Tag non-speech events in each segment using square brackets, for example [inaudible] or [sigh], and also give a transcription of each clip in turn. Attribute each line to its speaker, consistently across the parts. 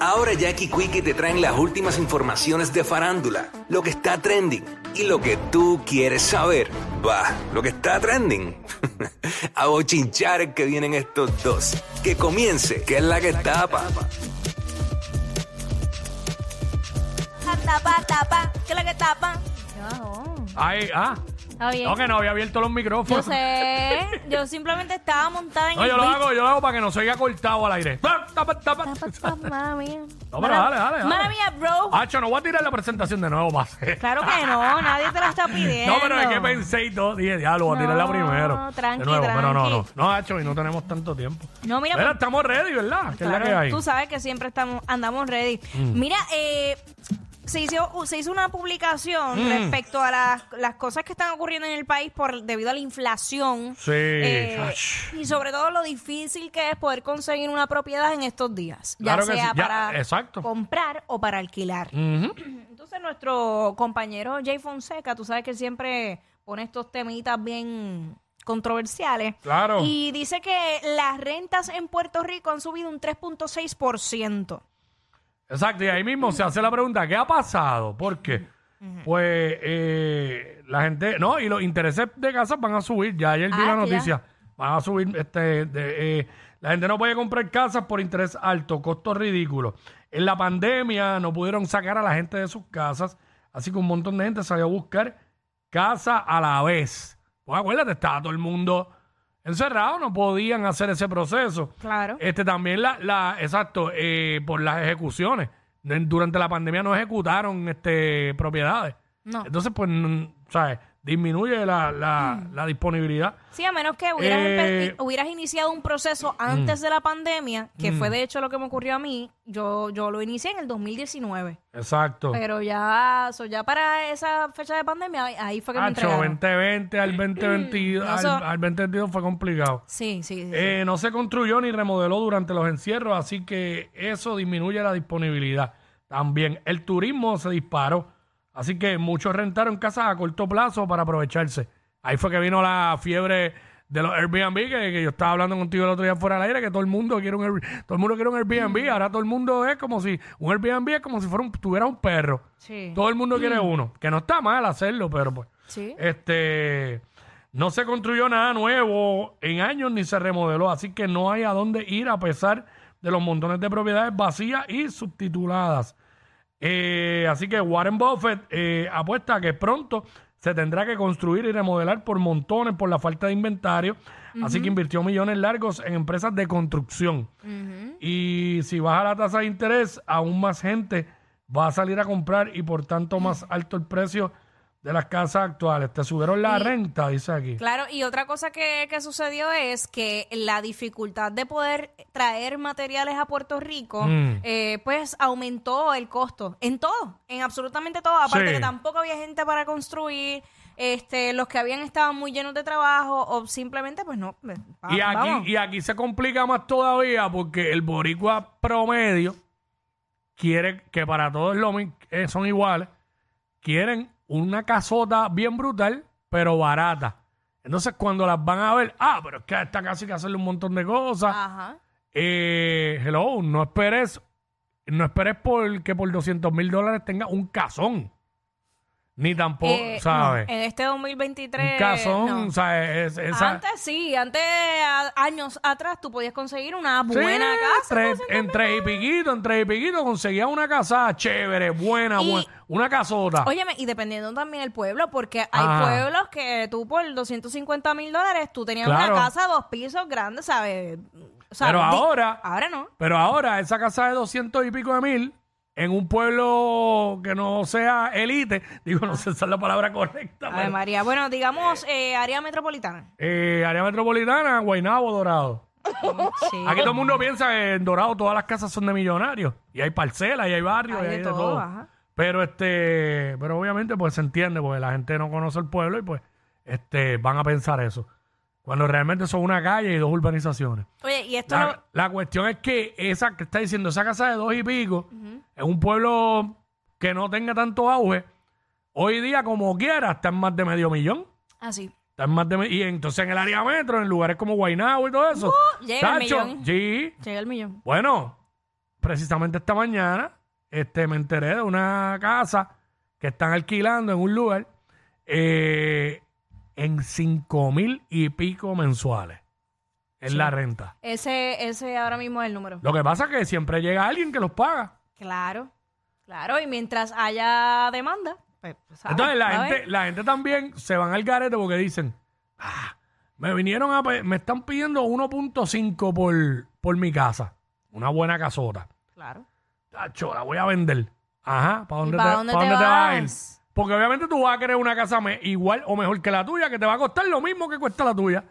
Speaker 1: Ahora Jackie y Quickie te traen las últimas informaciones de farándula, lo que está trending y lo que tú quieres saber. Va, lo que está trending. [laughs] A bochinchar que vienen estos dos. Que comience, que es la que tapa.
Speaker 2: Tapa, tapa, ¿qué es la que tapa?
Speaker 3: ¿Qué bajó?
Speaker 4: Ay, ah,
Speaker 3: Está bien.
Speaker 4: no que no había abierto los
Speaker 3: Yo
Speaker 4: micrófonos.
Speaker 3: sé, yo simplemente estaba montada en
Speaker 4: No,
Speaker 3: el
Speaker 4: yo lo
Speaker 3: beat.
Speaker 4: hago, yo lo hago para que no se oiga cortado al aire. Tap, tap, tap.
Speaker 3: Tapa, tapa, mala mía.
Speaker 4: No, pero
Speaker 3: Mala-
Speaker 4: dale, dale, dale.
Speaker 3: Mala mía, bro.
Speaker 4: Hacho, no voy a tirar la presentación de nuevo, pase.
Speaker 3: [laughs] Claro que no, nadie te la está pidiendo.
Speaker 4: [laughs] No, pero es que pensé y todo. Dije, diablo, voy a tirarla
Speaker 3: No,
Speaker 4: primero.
Speaker 3: tranqui,
Speaker 4: de nuevo, pero no, no.
Speaker 3: tranqui.
Speaker 4: No, Hacho, y no tenemos tanto tiempo.
Speaker 3: No, mira,
Speaker 4: Pero
Speaker 3: pues,
Speaker 4: estamos ready, ¿verdad? ¿Qué es la
Speaker 3: claro,
Speaker 4: que hay? Mm.
Speaker 3: tú sabes que siempre estamos, andamos ready. Mira, eh, se, hizo, se hizo una publicación
Speaker 4: Mm.
Speaker 3: respecto a las, las cosas que están ocurriendo en el país por debido a la inflación.
Speaker 4: Sí,
Speaker 3: Eh,
Speaker 4: ach.
Speaker 3: y sobre todo lo difícil que es poder conseguir una propiedad en estos días. Ya
Speaker 4: Claro que
Speaker 3: sea
Speaker 4: sí, ya,
Speaker 3: para
Speaker 4: exacto.
Speaker 3: comprar o para alquilar.
Speaker 4: Ujú.
Speaker 3: Entonces nuestro compañero Jay Fonseca, tú sabes que él siempre pone estos temitas bien controversiales.
Speaker 4: Claro.
Speaker 3: Y dice que las rentas en Puerto Rico han subido un 3.6%.
Speaker 4: Exacto, y ahí mismo se hace la pregunta, ¿qué ha pasado? ¿Por qué? Pues eh, la gente, no, y los intereses de casas van a subir, ya ayer vi
Speaker 3: Ah,
Speaker 4: la
Speaker 3: que ya.
Speaker 4: noticia, van a subir, este, de, eh, la gente no puede comprar casas por interés alto, costo ridículo. En la pandemia no pudieron sacar a la gente de sus casas, así que un montón de gente salió a buscar casa a la vez. Pues acuérdate, estaba todo el mundo encerrado, no podían hacer ese proceso.
Speaker 3: Claro.
Speaker 4: Este también la, la exacto, eh, por las ejecuciones. En- Durante la pandemia no ejecutaron este propiedades.
Speaker 3: No.
Speaker 4: Entonces, pues, mm, ¿sabes? Disminuye la, la,
Speaker 3: Mm.
Speaker 4: la disponibilidad.
Speaker 3: Sí, a menos que hubieras,
Speaker 4: Eh, Mm.
Speaker 3: empe- hubieras iniciado un proceso antes de la pandemia, que fue de hecho lo que me ocurrió a mí. Yo, yo lo inicié en el 2019.
Speaker 4: Exacto.
Speaker 3: Pero ya, so, ya para esa fecha de pandemia, ahí- ahí fue que me
Speaker 4: Hacho,
Speaker 3: entregaron.
Speaker 4: 2020 al 2022,
Speaker 3: [clears throat]
Speaker 4: al,
Speaker 3: Eso-
Speaker 4: al 2022 fue complicado.
Speaker 3: Sí, sí, sí.
Speaker 4: Eh, no se construyó ni remodeló durante los encierros, así que eso disminuye la disponibilidad. También el turismo se disparó, así que muchos rentaron casas a corto plazo para aprovecharse. Ahí fue que vino la fiebre de los Airbnb, que, que yo estaba hablando contigo el otro día fuera del aire, que todo el mundo quiere un Airbnb, todo el mundo quiere un Airbnb, ahora todo el mundo es como si, un Airbnb es como si fuera un- tuviera un perro.
Speaker 3: sí.
Speaker 4: Todo el mundo quiere uno, que no está mal hacerlo, pero pues...
Speaker 3: Sí.
Speaker 4: Este, no se construyó nada nuevo en años ni se remodeló, así que no hay a dónde ir a pesar de los montones de propiedades vacías y subtituladas. Eh, así que Warren Buffett eh, apuesta a que pronto se tendrá que construir y remodelar por montones por la falta de inventario. Así que invirtió millones largos en empresas de construcción. Y si baja la tasa de interés, aún más gente va a salir a comprar y por tanto más
Speaker 3: Mm.
Speaker 4: alto el precio de las casas actuales. Te subieron la renta, dice aquí.
Speaker 3: Claro, y otra cosa que, que sucedió es que la dificultad de poder traer materiales a Puerto Rico,
Speaker 4: Mm.
Speaker 3: eh, pues aumentó el costo en todo, en absolutamente todo. Aparte
Speaker 4: Sí.
Speaker 3: que tampoco había gente para construir, este, los que habían estaban muy llenos de trabajo o simplemente, pues no. eh, va-
Speaker 4: Y
Speaker 3: vamos.
Speaker 4: aquí, y aquí se complica más todavía porque el boricua promedio quiere que para todos los son iguales, quieren una casota bien brutal, pero barata. Entonces cuando las van a ver, ah, pero es que a esta casa hay que hacerle un montón de cosas.
Speaker 3: Ajá.
Speaker 4: Eh, hello, no esperes, no esperes por que por 200 mil dólares tenga un cazón. Ni tampoco,
Speaker 3: Eh,
Speaker 4: ¿sabes?
Speaker 3: no, en este 2023.
Speaker 4: un cazón,
Speaker 3: no.
Speaker 4: ¿sabes? Es- esa-
Speaker 3: Antes sí, antes, a- años atrás, tú podías conseguir una
Speaker 4: Sí,
Speaker 3: buena casa.
Speaker 4: tres- en tres y piquito, en tres y piquito conseguía una casa chévere, buena,
Speaker 3: Y-
Speaker 4: buena, una casota.
Speaker 3: Óyeme, y dependiendo también del pueblo, porque hay
Speaker 4: Ajá.
Speaker 3: pueblos que tú por 250 mil dólares, tú tenías
Speaker 4: Claro.
Speaker 3: una casa, dos pisos, grande, ¿sabes? O sea,
Speaker 4: Pero
Speaker 3: di-
Speaker 4: ahora-
Speaker 3: Ahora no.
Speaker 4: Pero ahora esa casa de 200 y pico de mil en un pueblo que no sea elite, [laughs] digo, no sé si es la palabra correcta.
Speaker 3: A ver,
Speaker 4: pero-
Speaker 3: María. Bueno, digamos eh, área metropolitana.
Speaker 4: [laughs] Eh, área metropolitana, Guaynabo, Dorado.
Speaker 3: Sí.
Speaker 4: Aquí todo el mundo piensa que en Dorado todas las casas son de millonarios. Y hay parcelas, y hay barrios,
Speaker 3: Hay
Speaker 4: y
Speaker 3: de
Speaker 4: hay de
Speaker 3: todo,
Speaker 4: todo.
Speaker 3: ajá.
Speaker 4: Pero este, pero obviamente pues se entiende, porque la gente no conoce el pueblo y pues este van a pensar eso. Cuando realmente son una calle y dos urbanizaciones.
Speaker 3: Oye, y esto
Speaker 4: La,
Speaker 3: lo-
Speaker 4: la cuestión es que esa que está diciendo, esa casa de dos y pico, en un pueblo que no tenga tanto auge, hoy día como quiera, está en más de medio millón.
Speaker 3: Así.
Speaker 4: Está en más de me- y entonces en el área metro, en lugares como Guaynabo y todo eso.
Speaker 3: llega el
Speaker 4: Tacho,
Speaker 3: millón.
Speaker 4: sí,
Speaker 3: Llega el millón.
Speaker 4: bueno, precisamente esta mañana este, me enteré de una casa que están alquilando en un lugar eh, en 5 mil y pico mensuales. Es la renta.
Speaker 3: Ese, ese ahora mismo es el número.
Speaker 4: Lo que pasa es que siempre llega alguien que los paga.
Speaker 3: Claro, claro. Y mientras haya demanda, pues, pues, ¿sabes?
Speaker 4: Entonces la
Speaker 3: ¿sabes?
Speaker 4: gente, la gente también se van al garete porque dicen, "Ah, me vinieron a pe- me están pidiendo 1.5 por, por mi casa. Una buena casota.
Speaker 3: Claro.
Speaker 4: Tacho, la voy a vender. Ajá, ¿para dónde,
Speaker 3: para
Speaker 4: te,
Speaker 3: dónde
Speaker 4: pa'
Speaker 3: te
Speaker 4: dónde te vas a ir?
Speaker 3: vas?
Speaker 4: Porque obviamente tú vas a querer una casa me- igual o mejor que la tuya, que te va a costar lo mismo que cuesta la tuya.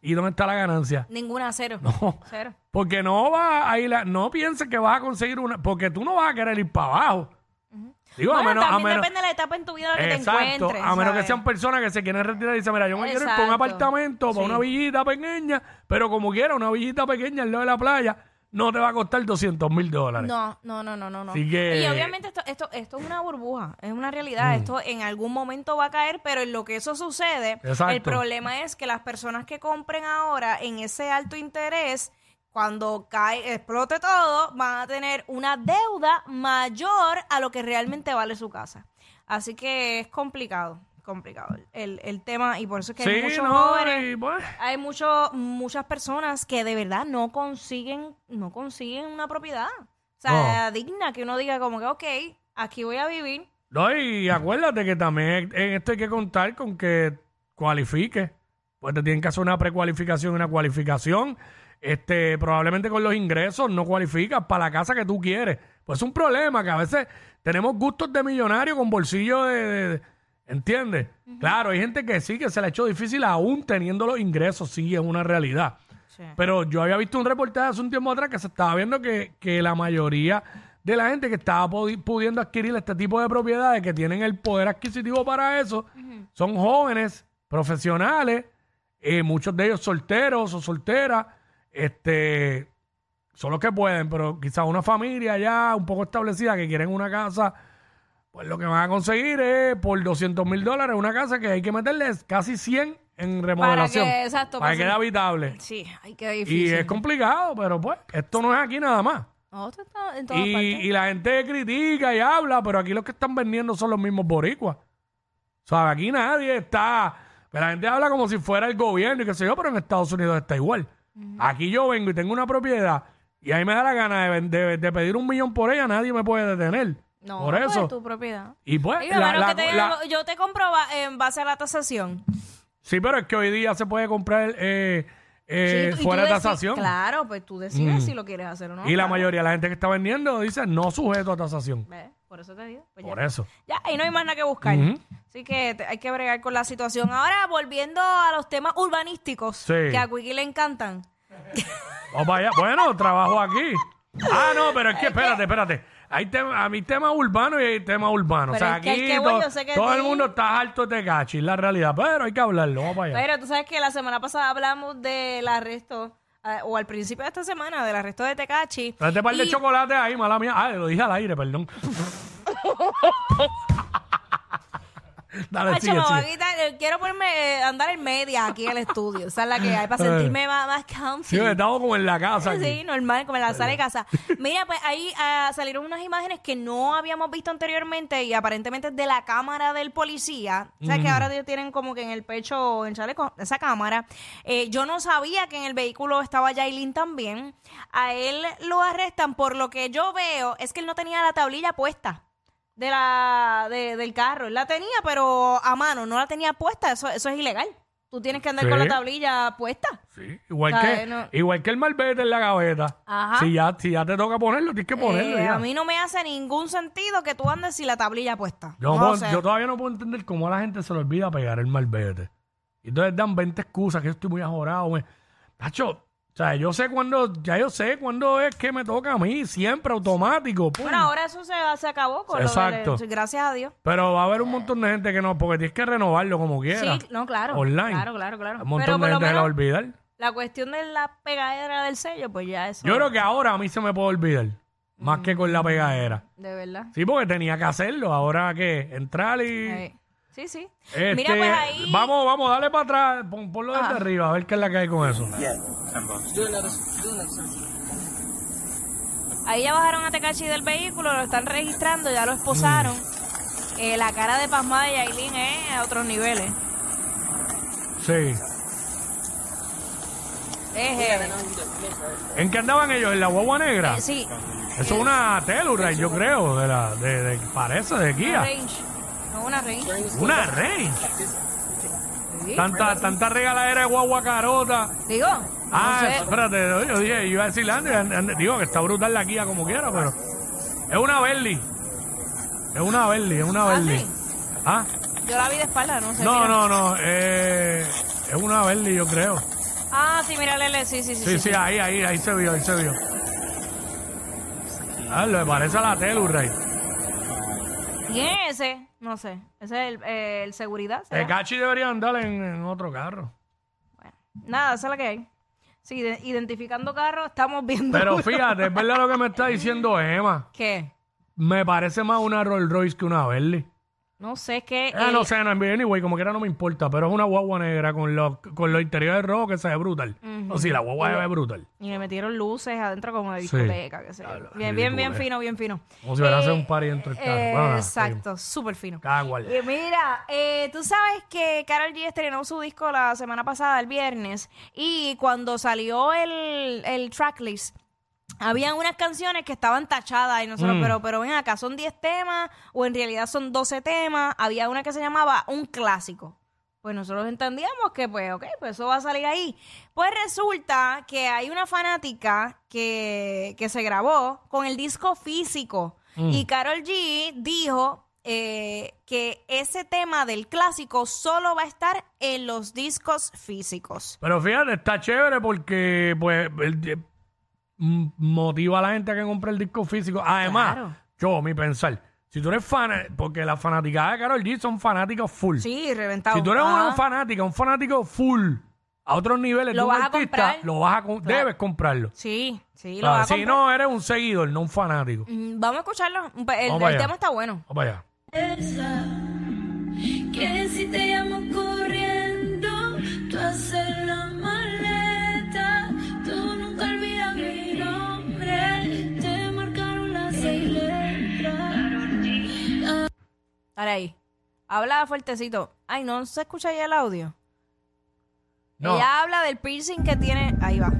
Speaker 4: ¿Y dónde está la ganancia? [laughs]
Speaker 3: Ninguna cero.
Speaker 4: No.
Speaker 3: Cero.
Speaker 4: Porque no vas a ir, a- no pienses que vas a conseguir una, porque tú no vas a querer ir para abajo. Digo,
Speaker 3: Bueno, también depende de la etapa en tu vida que te
Speaker 4: Exacto,
Speaker 3: encuentres.
Speaker 4: a menos que
Speaker 3: ¿sabes?
Speaker 4: sean personas que se quieren retirar y dicen, mira, yo me quiero ir para un
Speaker 3: Exacto.
Speaker 4: apartamento, para
Speaker 3: Sí.
Speaker 4: una villita pequeña, pero como quiera, una villita pequeña al lado de la playa, no te va a costar 200 mil dólares.
Speaker 3: No, no, no, no, no. no.
Speaker 4: Así que-
Speaker 3: Y obviamente esto, esto, esto es una burbuja, es una realidad.
Speaker 4: Mm.
Speaker 3: Esto en algún momento va a caer, pero en lo que eso sucede,
Speaker 4: Exacto.
Speaker 3: el problema es que las personas que compren ahora en ese alto interés, cuando cae, explote todo, van a tener una deuda mayor a lo que realmente vale su casa. Así que es complicado, complicado el, el tema y por eso es que hay
Speaker 4: sí,
Speaker 3: muchos
Speaker 4: no,
Speaker 3: jóvenes
Speaker 4: y, pues,
Speaker 3: hay mucho, muchas personas que de verdad no consiguen, no consiguen una propiedad. O sea, digna, que uno diga como que, ok, aquí voy a vivir.
Speaker 4: no, y acuérdate que también en esto hay que contar con que cualifique. Pues te tienen que hacer una precualificación y una cualificación. Este, probablemente con los ingresos no cualificas para la casa que tú quieres. Pues es un problema que a veces tenemos gustos de millonario con bolsillo de. de- de- ¿Entiendes? Claro, hay gente que sí, que se le ha hecho difícil aún teniendo los ingresos, sí, es una realidad. Pero yo había visto un reportaje hace un tiempo atrás que se estaba viendo que, que la mayoría de la gente que estaba podi- pudiendo adquirir este tipo de propiedades, que tienen el poder adquisitivo para eso, son jóvenes, profesionales, eh, muchos de ellos solteros o solteras, este, son los que pueden, pero quizás una familia ya un poco establecida que quieren una casa, pues lo que van a conseguir es por 200 mil dólares una casa que hay que meterle casi 100 en remodelación
Speaker 3: que- exacto,
Speaker 4: para
Speaker 3: para
Speaker 4: que quede
Speaker 3: hacer-
Speaker 4: habitable.
Speaker 3: Sí, ay, qué difícil.
Speaker 4: Y es complicado, pero pues, esto no es aquí nada más.
Speaker 3: No, esto está en todas
Speaker 4: Y,
Speaker 3: partes.
Speaker 4: y la gente critica y habla, pero aquí los que están vendiendo son los mismos boricuas. ¿Sabes? Aquí nadie está. Pero la gente habla como si fuera el gobierno y qué sé yo, pero en Estados Unidos está igual. Aquí yo vengo y tengo una propiedad y ahí me da la gana de, ven- de- de pedir un millón por ella, nadie me puede detener.
Speaker 3: no,
Speaker 4: por
Speaker 3: pues,
Speaker 4: eso.
Speaker 3: tu propiedad.
Speaker 4: Y pues,
Speaker 3: Y
Speaker 4: la-
Speaker 3: a menos
Speaker 4: la-
Speaker 3: que te digan,
Speaker 4: la-
Speaker 3: yo te compro ba- en base a la tasación.
Speaker 4: sí, pero es que hoy día se puede comprar eh, eh,
Speaker 3: Sí, tú- y tú
Speaker 4: fuera de
Speaker 3: decides-
Speaker 4: tasación. Mm.
Speaker 3: Claro, pues tú decides si lo quieres hacer o no.
Speaker 4: y la
Speaker 3: claro.
Speaker 4: mayoría de la gente que está vendiendo dice no sujeto a tasación.
Speaker 3: ¿Ves? Por eso te digo. pues ya.
Speaker 4: Por eso.
Speaker 3: Ya, ahí no hay más nada que buscar.
Speaker 4: Ujú.
Speaker 3: Así que te- hay que bregar con la situación. Ahora, volviendo a los temas urbanísticos
Speaker 4: Sí.
Speaker 3: que a Quickie le encantan.
Speaker 4: Vamos para allá. Bueno, trabajo aquí. Ah, no, pero es que espérate, espérate. Hay tema, a mi tema urbano y hay tema urbano. o
Speaker 3: Pero
Speaker 4: sea,
Speaker 3: es que
Speaker 4: aquí
Speaker 3: el que voy,
Speaker 4: to-
Speaker 3: yo sé que
Speaker 4: todo el
Speaker 3: sí.
Speaker 4: mundo está harto de Tecachi, es la realidad. Pero hay que hablarlo, vamos para allá.
Speaker 3: Pero tú sabes que la semana pasada hablamos del arresto, eh, o al principio de esta semana, del arresto de Tecachi.
Speaker 4: Trate par de
Speaker 3: Y-
Speaker 4: chocolate ahí, mala mía. Ah, lo dije al
Speaker 3: [laughs]
Speaker 4: aire, perdón. Dale,
Speaker 3: Macho,
Speaker 4: sigue,
Speaker 3: me voy a
Speaker 4: sigue.
Speaker 3: quitar- ah, eh, quiero ponerme, eh, andar en media aquí en el estudio. Esa es la que hay
Speaker 4: [laughs]
Speaker 3: para sentirme más, más
Speaker 4: Sí,
Speaker 3: comfy.
Speaker 4: estamos como en la casa. aquí.
Speaker 3: Sí, normal, como en la sala de casa. Mira, pues ahí ah, salieron unas imágenes que no habíamos visto anteriormente y aparentemente es de la cámara del policía. O sea, que ahora ellos tienen como que en el pecho, en chaleco, esa cámara. Eh, yo no sabía que en el vehículo estaba Yailin también. A él lo arrestan por lo que yo veo es que él no tenía la tablilla puesta. De la, de- del carro. Él la tenía, pero a mano, no la tenía puesta. Eso, eso es ilegal. Tú tienes que andar con
Speaker 4: Sí.
Speaker 3: la tablilla puesta.
Speaker 4: Sí, igual,
Speaker 3: Está
Speaker 4: que,
Speaker 3: bien, no.
Speaker 4: igual que el malvete en la gaveta.
Speaker 3: Ajá.
Speaker 4: Si ya, si ya te toca ponerlo, tienes que ponerlo.
Speaker 3: Eh,
Speaker 4: ya.
Speaker 3: a mí no me hace ningún sentido que tú andes sin la tablilla puesta.
Speaker 4: Yo,
Speaker 3: No
Speaker 4: puedo-
Speaker 3: sé.
Speaker 4: yo todavía no puedo entender cómo a la gente se le olvida pegar el malvete. Y entonces dan 20 excusas que yo estoy muy ajorado. Me... Tacho, o sea, yo sé cuándo, ya yo sé cuándo es que me toca a mí, siempre automático. pum.
Speaker 3: Bueno, ahora eso se, se acabó con
Speaker 4: Exacto.
Speaker 3: lo de, gracias a Dios.
Speaker 4: Pero va a haber un montón de gente que no, porque tienes que renovarlo como quieras.
Speaker 3: Sí, no, claro.
Speaker 4: Online.
Speaker 3: Claro, claro, claro.
Speaker 4: Un montón
Speaker 3: Pero por
Speaker 4: de
Speaker 3: lo
Speaker 4: gente se le va a
Speaker 3: menos
Speaker 4: olvidar.
Speaker 3: la cuestión de la pegadera del sello, pues ya eso.
Speaker 4: Yo creo que ahora a mí se me puede olvidar, más que con
Speaker 3: Mm.
Speaker 4: la pegadera.
Speaker 3: De verdad.
Speaker 4: Sí, porque tenía que hacerlo. Ahora que entrar y.
Speaker 3: Ahí. Sí, sí.
Speaker 4: Este,
Speaker 3: Mira, pues ahí. Ah.
Speaker 4: Vamos, vamos, dale para atrás. Pon, ponlo desde arriba, a ver qué es la que hay con eso.
Speaker 3: Ahí Ahí ya bajaron a Tecachi del vehículo, lo están registrando, ya lo esposaron.
Speaker 4: Mm.
Speaker 3: Eh, la cara de pasmada de Yailin es a otros niveles.
Speaker 4: Sí.
Speaker 3: Es, eh,
Speaker 4: ¿En qué andaban ellos? ¿En la guagua negra?
Speaker 3: eh, sí,
Speaker 4: Eso es una Telluride, yo creo, de la, de, de- parece, de
Speaker 3: una
Speaker 4: Kia.
Speaker 3: range. No, una range.
Speaker 4: Una Range.
Speaker 3: Sí.
Speaker 4: Tanta, tanta regaladera de guagua carota.
Speaker 3: Digo,
Speaker 4: Ah,
Speaker 3: no sé.
Speaker 4: espérate, yo dije, iba a decir Andy, and- and- digo que está brutal la guía como quiera, pero es una Berli. Es una Berli, es una
Speaker 3: ¿Ah,
Speaker 4: Berli.
Speaker 3: sí?
Speaker 4: ¿Ah?
Speaker 3: yo la vi de espalda, no sé.
Speaker 4: No,
Speaker 3: mira.
Speaker 4: no, no, eh, es una Berli, yo creo.
Speaker 3: Ah, sí, mira, Lele, sí, sí, sí.
Speaker 4: Sí, ah. sí, ahí, ahí, ahí se vio, ahí se vio. Ah, le parece a la Telluride.
Speaker 3: ¿Quién es ese? No sé. Ese es el, eh, el seguridad. ¿será?
Speaker 4: El Cachi debería andar en, en otro carro.
Speaker 3: Bueno, nada, esa es la que hay. Sí, de- identificando carros, estamos viendo. [laughs]
Speaker 4: Pero
Speaker 3: uno.
Speaker 4: fíjate, es verdad lo que me está diciendo Emma.
Speaker 3: ¿Qué?
Speaker 4: Me parece más una Rolls Royce que una Bentley.
Speaker 3: No sé, es que. eh,
Speaker 4: Ah,
Speaker 3: el-
Speaker 4: no sé, no, anyway, como quiera no me importa, pero es una guagua negra con los con los interiores rojos que se ve brutal. O sí, la guagua se ve brutal.
Speaker 3: Y le metieron luces adentro como de
Speaker 4: Sí.
Speaker 3: discoteca, qué sé yo.
Speaker 4: Claro,
Speaker 3: Bien, bien, bien
Speaker 4: ridículo, eh.
Speaker 3: fino, bien fino.
Speaker 4: Como si fuera a hacer un party dentro del carro.
Speaker 3: eh,
Speaker 4: Ah,
Speaker 3: exacto, súper fino.
Speaker 4: Cada cual.
Speaker 3: Y mira, eh, tú sabes que Carol G estrenó su disco la semana pasada, el viernes, y cuando salió el, el tracklist, habían unas canciones que estaban tachadas y nosotros,
Speaker 4: Mm.
Speaker 3: pero, pero ven acá, son 10 temas o en realidad son 12 temas. Había una que se llamaba Un Clásico. Pues nosotros entendíamos que, pues, ok, pues eso va a salir ahí. Pues resulta que hay una fanática que, que se grabó con el disco físico.
Speaker 4: Mm.
Speaker 3: Y Carol G dijo eh, que ese tema del clásico solo va a estar en los discos físicos.
Speaker 4: Pero fíjate, está chévere porque pues el- eh, m- motiva a la gente a que compre el disco físico. Además,
Speaker 3: Claro.
Speaker 4: yo, mi pensar, si tú eres fan, porque las fanaticadas de Carol G son fanáticos full.
Speaker 3: Sí, reventado.
Speaker 4: Si tú eres
Speaker 3: Ajá.
Speaker 4: una fanática, un fanático full a otros niveles
Speaker 3: Lo
Speaker 4: de un
Speaker 3: vas a
Speaker 4: artista,
Speaker 3: comprar.
Speaker 4: lo vas a com-
Speaker 3: Claro.
Speaker 4: debes comprarlo.
Speaker 3: Sí, sí, lo
Speaker 4: Ah,
Speaker 3: va a
Speaker 4: si
Speaker 3: comprar.
Speaker 4: no, eres un seguidor, no un fanático.
Speaker 3: Mm, Vamos a escucharlo. Un pe- El,
Speaker 4: Vamos
Speaker 3: el
Speaker 4: allá.
Speaker 3: tema está bueno.
Speaker 4: Vamos allá.
Speaker 5: Esa, que si te llamo corriendo, tú haces la maleta, tú nunca olvidas mi nombre, te marcaron las seis letras.
Speaker 3: Dale ahí. Habla fuertecito. Ay, no se escucha ya el audio.
Speaker 4: No.
Speaker 3: Ella habla del piercing que tiene. Ahí va.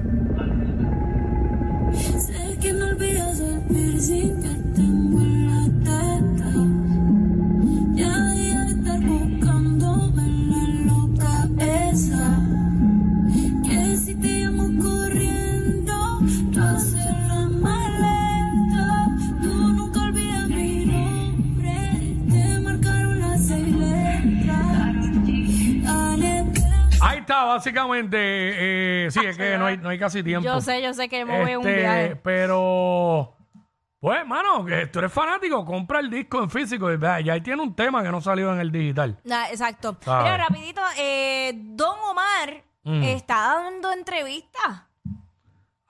Speaker 5: Sé que me olvidas el piercing que tengo en la teta, ya deja de estar buscándome la loca esa. Que si te llamo corriendo, tú haces la maleta. Tú nunca olvidas mi nombre, te marcaron las seis letras. Alepe.
Speaker 4: Ahí está, básicamente. eh, sí, es que no hay, no hay casi tiempo.
Speaker 3: Yo sé, yo sé que me voy a un
Speaker 4: Este,
Speaker 3: viaje.
Speaker 4: Pero, pues, mano, que tú eres fanático, compra el disco en físico. Y, vea, ya ahí tiene un tema que no salió en el digital.
Speaker 3: Nah, exacto.
Speaker 4: Ah.
Speaker 3: Mira, rapidito, eh, Don Omar
Speaker 4: Mm.
Speaker 3: está dando entrevistas.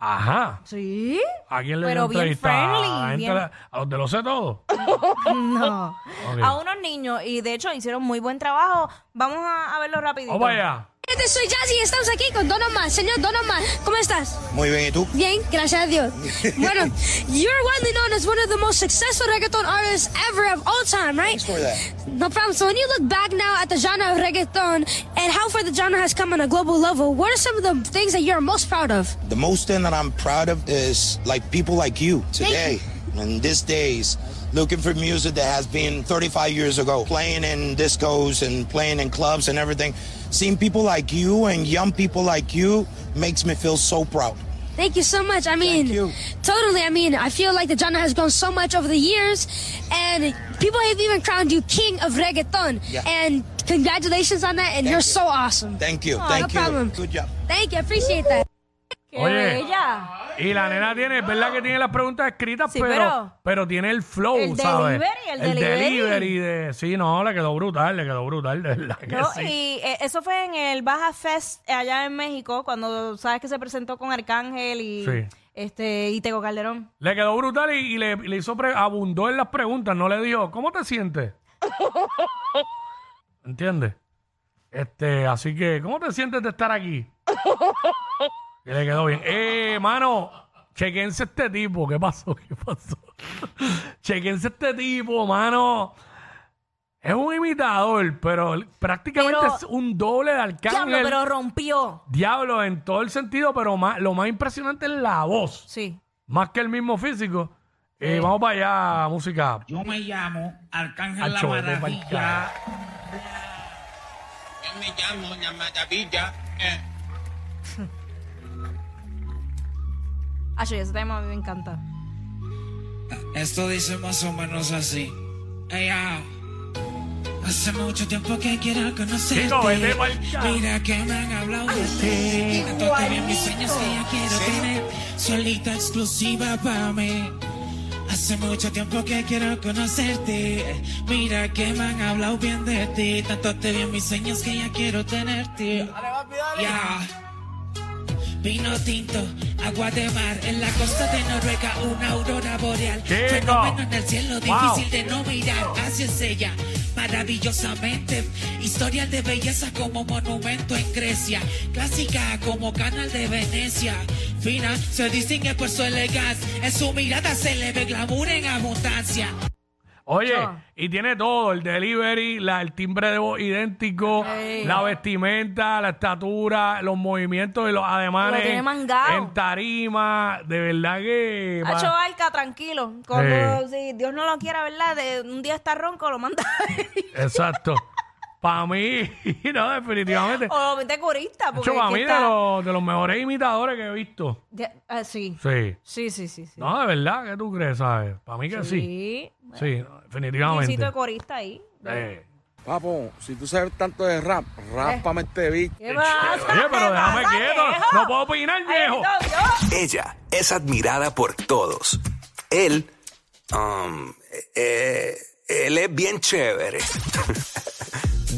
Speaker 4: Ajá.
Speaker 3: ¿Sí?
Speaker 4: ¿A quién le dio
Speaker 3: Pero bien
Speaker 4: entrevista?
Speaker 3: friendly,
Speaker 4: ¿A, la gente
Speaker 3: bien-
Speaker 4: la- a los de lo sé todo.
Speaker 3: [laughs] No.
Speaker 4: Ok.
Speaker 3: A unos niños. Y de hecho hicieron muy buen trabajo. Vamos a, a verlo rapidito.
Speaker 4: Vamos allá.
Speaker 6: Gente, soy Jazzy y estamos aquí con Don Omar. Señor Don Omar, ¿cómo estás?
Speaker 7: Muy bien, ¿y tú?
Speaker 6: Bien, gracias a
Speaker 7: [laughs]
Speaker 6: Dios. Bueno, you're widely known as one of the most successful reggaeton artists ever of all time, right?
Speaker 7: for that.
Speaker 6: No problem. So when you look back now at the genre of reggaeton and how far the genre has come on a global level, what are some of the things that you're most proud of?
Speaker 7: The most thing that I'm proud of is like people like you today and these days looking for music that has been 35 years ago, playing in discos and playing in clubs and everything. Seeing people like you and young people like you makes me feel so proud.
Speaker 6: Thank you so much. I mean,
Speaker 7: you.
Speaker 6: totally. I mean, I feel like the genre has grown so much over the years, and people have even crowned you king of reggaeton.
Speaker 7: Yeah.
Speaker 6: And congratulations on that, and you're so awesome.
Speaker 7: Thank you.
Speaker 6: Aw,
Speaker 7: thank
Speaker 6: no
Speaker 7: you.
Speaker 6: problem.
Speaker 7: Good job.
Speaker 6: Thank you. I appreciate that.
Speaker 3: ¡Qué
Speaker 4: Oye.
Speaker 3: bella!
Speaker 4: Y la nena tiene, es verdad que tiene las preguntas escritas,
Speaker 3: Sí,
Speaker 4: pero,
Speaker 3: pero-
Speaker 4: pero, tiene el flow,
Speaker 3: El
Speaker 4: ¿sabes?
Speaker 3: delivery, el delivery.
Speaker 4: de, sí, no, le quedó brutal, le quedó brutal, de verdad que
Speaker 3: No,
Speaker 4: sí.
Speaker 3: Y eh, eso fue en el Baja Fest eh, allá en México, cuando sabes que se presentó con Arcángel y,
Speaker 4: Sí.
Speaker 3: este, y Tego Calderón.
Speaker 4: Le quedó brutal y, y le, y le hizo, pre- abundó en las preguntas, no le dijo, ¿cómo
Speaker 3: [laughs]
Speaker 4: te sientes? ¿Entiendes? Este, así que, ¿cómo te sientes de estar aquí? Que le quedó bien. Eh, mano, Chequense este tipo. ¿Qué pasó? ¿Qué pasó? [laughs] Chequense este tipo, mano. Es un imitador, pero él prácticamente
Speaker 3: Pero-
Speaker 4: es un doble de Arcángel.
Speaker 3: Diablo, pero rompió.
Speaker 4: Diablo en todo el sentido, pero más- lo más impresionante es la voz,
Speaker 3: Sí.
Speaker 4: más que el mismo físico. Eh, vamos para allá, música.
Speaker 8: Yo me llamo Arcángel La
Speaker 4: Acho, vete pa'l
Speaker 8: Maravilla.
Speaker 4: carajo.
Speaker 8: Yo me llamo La Maravilla. eh.
Speaker 3: Ah, yo ese tema a mí me encanta.
Speaker 8: Esto dice más o menos así. Ey, ah. Hace mucho tiempo que quiero conocerte.
Speaker 4: Chico, vete pa'l carajo.
Speaker 8: Mira que me han hablado de ti. Tanto que bien mis sueños que yo quiero tener. Solita exclusiva para mí. Hace mucho tiempo que quiero conocerte. Mira que me han hablado bien de ti. Tanto te vi en mis sueños que ya quiero tenerte. Ya. Vino tinto, agua de mar, en la costa de Noruega, una aurora boreal.
Speaker 4: Chico.
Speaker 8: Fenómeno en el cielo,
Speaker 4: Wow.
Speaker 8: difícil de no mirar. Así es ella, maravillosamente. Historia de belleza como monumento en Grecia. Clásica como canal de Venecia. Fina, se distingue por su elegancia. En su mirada se le ve glamour en abundancia.
Speaker 4: Oye,
Speaker 3: Yo.
Speaker 4: y tiene todo, el delivery, la- el timbre de voz idéntico,
Speaker 3: Ey.
Speaker 4: la vestimenta, la estatura, los movimientos y los ademanes.
Speaker 3: Lo tiene mangao.
Speaker 4: En tarima, de verdad que...
Speaker 3: Hacho
Speaker 4: va-
Speaker 3: Alca, tranquilo. Cuando, si Dios no lo quiera, ¿verdad? De- un día está ronco, lo manda.
Speaker 4: Exacto. para mí, [laughs] no, definitivamente.
Speaker 3: o lo mete curista. Oh, Porque
Speaker 4: Acho, para
Speaker 3: es que
Speaker 4: mí,
Speaker 3: está-
Speaker 4: de, los, de los mejores imitadores que he visto.
Speaker 3: de- ah, sí.
Speaker 4: Sí.
Speaker 3: Sí, sí, sí. sí.
Speaker 4: No, de verdad, ¿qué tú crees, sabes? Para mí que sí.
Speaker 3: Sí.
Speaker 4: Sí, no,
Speaker 3: Un
Speaker 4: definitivamente.
Speaker 3: de corista ahí.
Speaker 4: Eh.
Speaker 9: Papo, si tú sabes tanto de rap, rápame este beat.
Speaker 3: ¿Qué pasa?
Speaker 4: Oye,
Speaker 3: ¿Qué
Speaker 4: pero déjame
Speaker 3: pasa,
Speaker 4: quieto.
Speaker 3: viejo?
Speaker 4: No puedo opinar, viejo.
Speaker 3: Ay, Dios,
Speaker 1: Ella es admirada por todos. Él, um, eh, él es bien chévere. [laughs]